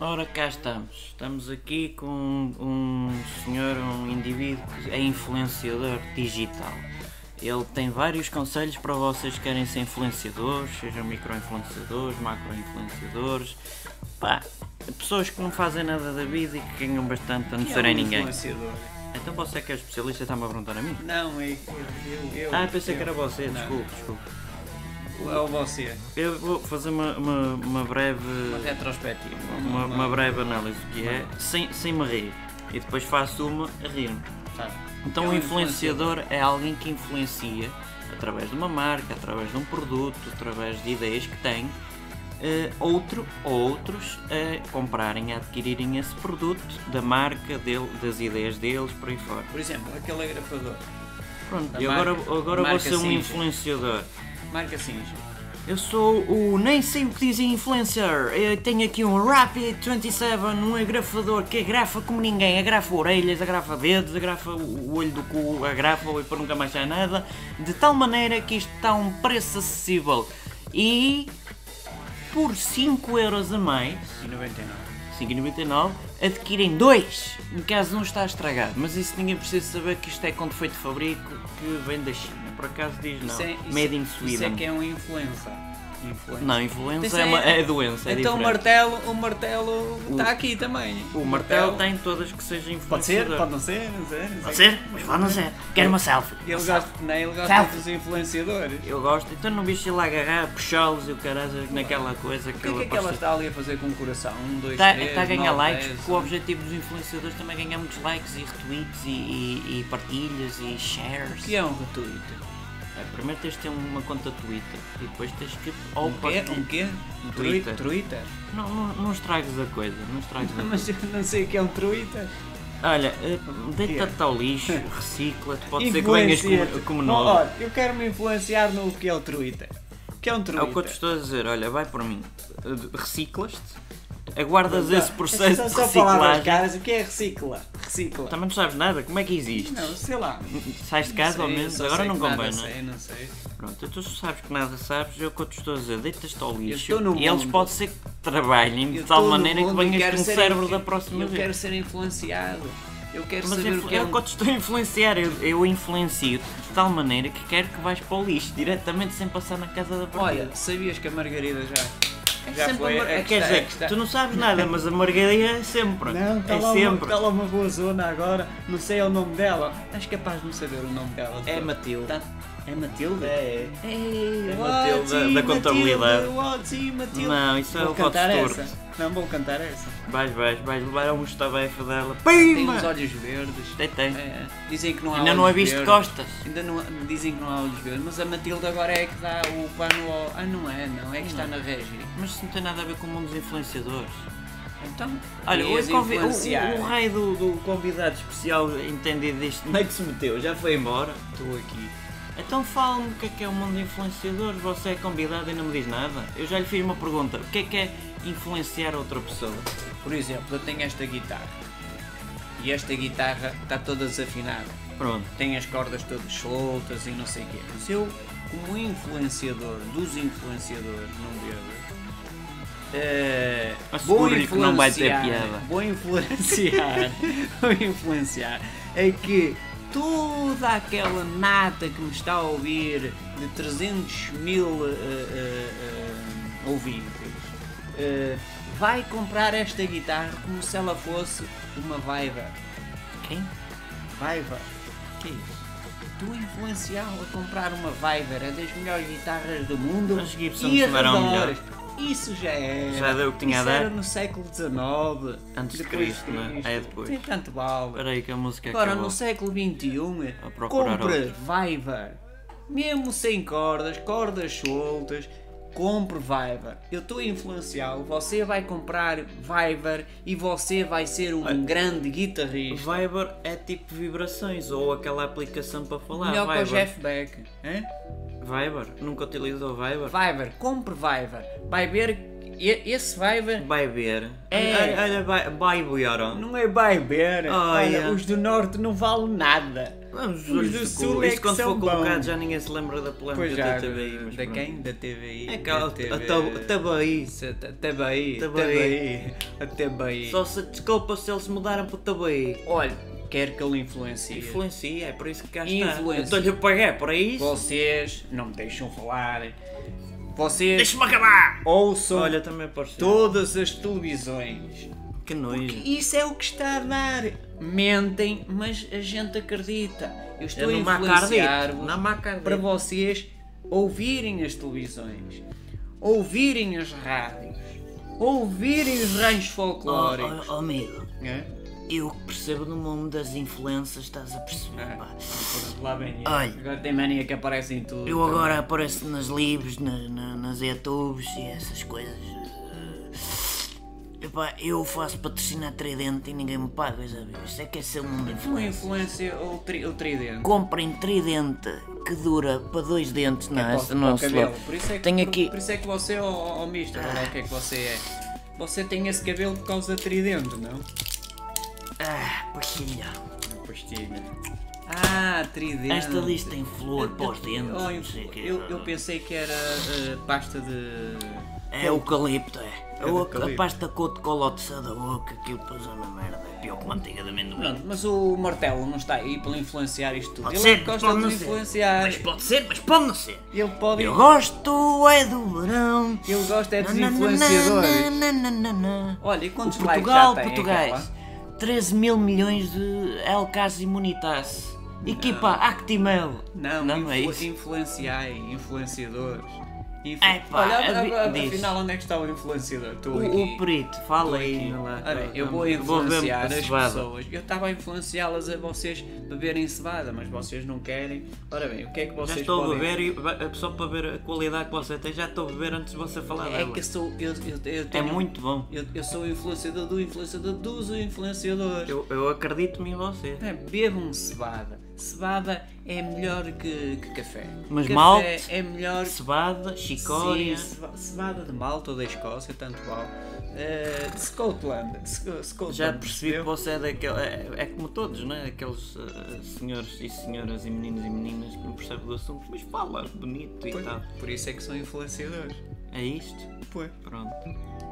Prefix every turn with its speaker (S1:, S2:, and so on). S1: Ora, cá estamos. Estamos aqui com um senhor, um indivíduo que é influenciador digital. Ele tem vários conselhos para vocês que querem ser influenciadores, sejam micro-influenciadores, macro-influenciadores, pá, pessoas que não fazem nada da vida e que ganham bastante a não
S2: Quem é
S1: serem
S2: um
S1: ninguém.
S2: influenciador?
S1: Então você é que é especialista está-me a perguntar a mim?
S2: Não, é eu, eu, eu.
S1: Ah, pensei
S2: eu.
S1: que era você,
S2: Não.
S1: desculpe, desculpe.
S2: É o você.
S1: Eu vou fazer uma, uma, uma breve.
S2: Uma retrospectiva.
S1: uma, uma breve análise que é sem, sem me rir e depois faço uma a rir-me.
S2: Tá.
S1: Então
S2: É
S1: um
S2: um
S1: influenciador é alguém que influencia através de uma marca, através de um produto, através de ideias que tem eh, outro ou outros a comprarem, a adquirirem esse produto da marca dele, das ideias deles por aí fora.
S2: Por exemplo, aquele agrafador.
S1: Pronto,
S2: Da
S1: e agora,
S2: marca-
S1: agora vou
S2: marca
S1: ser um
S2: Singer.
S1: influenciador.
S2: Marca assim, Singer.
S1: Eu sou o nem sei o que dizem influencer. Eu tenho aqui um Rapid 27, um agrafador que agrafa como ninguém. Agrafa orelhas, agrafa dedos, agrafa o o olho do cu, agrafa o e para nunca mais sai nada. De tal maneira que isto está a um preço acessível. E por 5€ euros a mais,
S2: E 99.
S1: 5,99, adquirem dois. No caso não está estragado, mas isso ninguém precisa saber que isto é com defeito de fabrico que vem da China. Por acaso diz não.
S2: Isso é- isso-
S1: Made in Sweden.
S2: Isso é que é um influencer. Influencer.
S1: Não, influenza
S2: Isso
S1: é, uma- é doença. É
S2: então o
S1: diferente.
S2: martelo, o martelo está aqui também.
S1: O martelo tem todas que sejam influenciadoras.
S2: Pode ser, pode não ser, não sei. não
S1: Pode
S2: sei.
S1: ser, mas pode não ser. Quero uma selfie. Uma
S2: Ele gosta,
S1: selfie.
S2: não, ele gosta
S1: Selfie.
S2: dos influenciadores.
S1: Eu gosto, então não viste ir lá agarrar, puxá-los e o caralho naquela coisa que,
S2: O que é que, é que ela está ali a fazer com o coração? Um, dois,
S1: Está,
S2: três,
S1: está Tá- a ganhar
S2: nove,
S1: likes
S2: dez, um.
S1: porque o objetivo dos influenciadores também é ganhar muitos likes e retweets e, e- e partilhas e shares.
S2: O que é um retweet?
S1: É, Primeiro tens de ter uma conta Twitter e depois tens que. Ou
S2: Um quê? Um quê? Um
S1: Twitter.
S2: Twitter. Twitter?
S1: Não, não, não estragues a coisa, não estragues a coisa.
S2: Mas eu não sei o que é um Twitter.
S1: Olha, eh, deita-te ao lixo, recicla-te, pode ser que venhas
S2: Influencia-te.
S1: como, como
S2: Não,
S1: novo.
S2: Olha, eu quero me influenciar no que é o Twitter. O que é um
S1: É o que eu te
S2: Twitter?
S1: estou a dizer, olha, vai por mim. Uh, Reciclas-te, aguardas esse processo
S2: São
S1: de
S2: só palavras
S1: reciclagem.
S2: caras. O que é recicla? Recicla.
S1: Também não sabes nada, como é que existe?
S2: Não, sei lá.
S1: Sais de casa
S2: Não
S1: ao
S2: sei,
S1: menos,
S2: só
S1: agora
S2: sei
S1: não
S2: que nada
S1: convém, não é?
S2: sei, não sei.
S1: Pronto, tu sabes que nada sabes, é o que eu te estou a dizer, deitas-te ao lixo
S2: estou no
S1: e eles
S2: mundo.
S1: pode ser que trabalhem de
S2: Eu
S1: tal
S2: estou no
S1: maneira que
S2: mundo e
S1: venhas
S2: quero
S1: com o
S2: ser
S1: cérebro
S2: influ-
S1: da próxima
S2: Eu quero
S1: vez.
S2: ser influenciado. Eu quero
S1: Mas
S2: saber o
S1: influ-
S2: que
S1: é
S2: é
S1: o que eu
S2: um...
S1: te estou a influenciar, eu, eu influencio de tal maneira que quero que vais para o lixo diretamente sem passar na casa da partida.
S2: Olha, sabias que a Margarida já... Já
S1: Sempre
S2: foi...
S1: a mar-
S2: é que
S1: Quer
S2: está- é
S1: dizer,
S2: que está-
S1: tu não sabes nada, mas a Margarida é sempre.
S2: Não, está
S1: é
S2: lá, uma,
S1: sempre.
S2: tá lá uma boa zona agora, não sei o nome dela. És capaz de me saber o nome dela.
S1: É Matilde.
S2: Tá.
S1: É Matilda?
S2: É.
S1: É
S2: What,
S1: Matilda
S2: sim,
S1: da contabilidade.
S2: Matilde, what, sim, Matilde.
S1: Não, isso é
S2: vou
S1: o
S2: cantar
S1: Rod
S2: essa.
S1: Stewart.
S2: Não vou cantar essa.
S1: Vais, vais, vais levar a um estabefe dela.
S2: Tem uns
S1: Pima!
S2: olhos verdes.
S1: Tem, tem.
S2: É, dizem que não há
S1: Ainda não a
S2: olhos
S1: viste de
S2: verdes.
S1: costas.
S2: Ainda não, dizem que não há olhos verdes, mas a Matilde agora é que dá o pano ao. Ah, não é, não, é que está na Regi.
S1: Mas isso não tem nada a ver com o mundo dos influenciadores.
S2: Então,
S1: Olha,
S2: ias
S1: hoje convi- o,
S2: influenciar.
S1: o, o raio do, do convidado especial entendido disto, onde é que se meteu? Já foi embora?
S2: Estou aqui.
S1: Então fala-me o que é que é o mundo de influenciadores, você é convidado e não me diz nada. Eu já lhe fiz uma pergunta, o que é que é influenciar outra pessoa?
S2: Por exemplo, eu tenho esta guitarra. E esta guitarra está toda desafinada.
S1: Pronto.
S2: tem as cordas todas soltas e não sei o quê. Mas eu, como influenciador dos influenciadores, não bebo. eh,
S1: Asseguro-lhe que não vai ter piada.
S2: Vou influenciar. vou influenciar. É que toda aquela nata que me está a ouvir de 300 mil eh, eh, eh, ouvintes eh, vai comprar esta guitarra como se ela fosse uma Viber.
S1: Quem?
S2: Viber.
S1: Que é isso?
S2: Tu influenciá-lo a comprar uma Viber, é das melhores guitarras do mundo.
S1: As Gibson
S2: e
S1: tiveram
S2: arredores. Isso já era.
S1: Já deu o que tinha a
S2: Isso
S1: dar?
S2: era no século XIX.
S1: Antes de
S2: depois
S1: Cristo, não é? É depois.
S2: Tem tanto vale.
S1: Espera aí que a música
S2: Agora
S1: acabou.
S2: no século XXI,
S1: A procurar
S2: compra Viber. Mesmo sem cordas, cordas soltas, compre Viber. Eu estou a influenciá-lo. Você vai comprar Viber e você vai ser um grande guitarrista.
S1: Viber é tipo vibrações ou aquela aplicação para falar.
S2: Melhor que o
S1: Viber.
S2: Jeff Beck. Hã?
S1: Viber? Nunca utilizou Viber?
S2: Viber, compre Viber. Vai ver que e- esse Viber.
S1: Vai ver.
S2: É.
S1: Olha, olha, vai, vai Buiaron.
S2: Não é Viber.
S1: Ah,
S2: Olha,
S1: é.
S2: os do Norte não valem nada.
S1: Vamos,
S2: Os
S1: olhos
S2: do
S1: do
S2: Sul
S1: cu.
S2: é
S1: Isto
S2: que
S1: quando
S2: são
S1: for colocado
S2: bons.
S1: já ninguém se lembra da
S2: Pois
S1: polémica
S2: já,
S1: da TBI. mas
S2: da
S1: pronto.
S2: quem? Da TVI?
S1: É que a-
S2: da
S1: a
S2: TV.
S1: tab- a TBI.
S2: Até TBI.
S1: TBI.
S2: A TBI.
S1: Só se desculpa se eles mudaram para o TBI.
S2: Olha, quero que ele influencie.
S1: Influencia, é por isso que cá está. Então,
S2: Influencia.
S1: Eu estou-lhe a pagar é para isso.
S2: Vocês não me deixam falar. Vocês
S1: Deixa-me acabar!
S2: ouçam
S1: Olha, também apareceu.
S2: todas as televisões.
S1: Que nojo.
S2: Isso é o que está a dar. Mentem, mas a gente acredita. Eu estou
S1: Eu
S2: a
S1: não me acredito.
S2: é influenciar-vos
S1: Não me acredito.
S2: para vocês ouvirem as televisões, ouvirem as rádios, ouvirem os raios folclóricos. né?
S1: Oh, oh, oh, amigo,
S2: Hã?
S1: eu que percebo no mundo das influências, estás a perceber,
S2: Ah.
S1: pá.
S2: Lá vem ele.
S1: Olha.
S2: Agora tem mania que aparece em tudo.
S1: Eu agora apareço nas livros, na- na- nas ETubes e essas coisas. eh, Epá, eu faço patrocinar tridente e ninguém me paga, já viu? Isso é que é ser um mundo de
S2: Uma
S1: influência.
S2: influência ou, tri, ou tridente.
S1: Comprem tridente que dura para dois dentes, não é?
S2: Para o-
S1: Não
S2: para o
S1: se
S2: cabelo.
S1: lava.
S2: Por isso é que,
S1: Tenho
S2: por-
S1: aqui. Ah.
S2: por isso é que você, ó oh, mister, olha lá o que é que você é. Você tem esse cabelo por causa de tridente, não?
S1: Ah, pastilha.
S2: Pastilha. Ah, tridente.
S1: Esta lista tem flor para os dentes.
S2: Oh,
S1: não sei o quê.
S2: eu, eu pensei que era eh, pasta de.
S1: É eucalipto, é. A,
S2: É
S1: oca-
S2: eucalipto.
S1: a pasta cor de colote da boca, aquilo depois é uma merda. É pior que manteiga de amendoim.
S2: Pronto, mas o martelo não está aí para influenciar isto tudo.
S1: Pode
S2: Ele é
S1: ser,
S2: que gosta
S1: pode
S2: de
S1: não
S2: influenciar.
S1: ser. Mas pode ser, mas pode não ser.
S2: Ele pode.
S1: Eu gosto é do verão.
S2: Ele gosta é dos
S1: Na, na, na,
S2: influenciadores.
S1: na, na, na, na.
S2: Olha, e quantos
S1: O Portugal,
S2: likes já tem
S1: Portugais.
S2: aquela?
S1: 13 mil milhões de LKs imunitas. Equipa Actimel.
S2: Não,
S1: não é
S2: influ-
S1: isso.
S2: influenciai, influenciadores. Influ-
S1: Epá,
S2: Olha,
S1: a-
S2: agora,
S1: diz.
S2: afinal, onde é que está o influenciador? Estou
S1: O,
S2: aqui.
S1: o perito, fala
S2: Estou
S1: aí.
S2: aqui.
S1: lá.
S2: Olha, eu vou
S1: ver-me
S2: influenciar
S1: para
S2: as
S1: cevada.
S2: pessoas. Eu estava a influenciá-las a vocês beberem cevada, mas vocês não querem. Ora bem, o que é que vocês
S1: Já estou
S2: podem...
S1: a beber e ba- só para ver a qualidade que você tem, já estou a beber antes de você falar
S2: É
S1: dela.
S2: que eu sou... Eu, eu, eu
S1: É
S2: tenho-
S1: muito bom.
S2: Eu, eu sou o influenciador do influenciador dos influenciadores.
S1: Eu, eu acredito-me em você.
S2: É, Bebam cevada. Cevada é melhor que, que café.
S1: Mas
S2: café
S1: malte,
S2: é melhor
S1: Cevada, chicória.
S2: Sim, ceva- cevada de Malta ou da Escócia, tanto vale. Eh, de Scotland. Sc- Scotland.
S1: Já percebi que
S2: percebeu?
S1: você é daquele. É, é como todos, né? Aqueles eh, senhores e senhoras e meninos e meninas que não percebem do assunto, mas fala bonito e
S2: Pois,
S1: tal.
S2: Por isso é que são influenciadores.
S1: É isto?
S2: Pois.
S1: Pronto.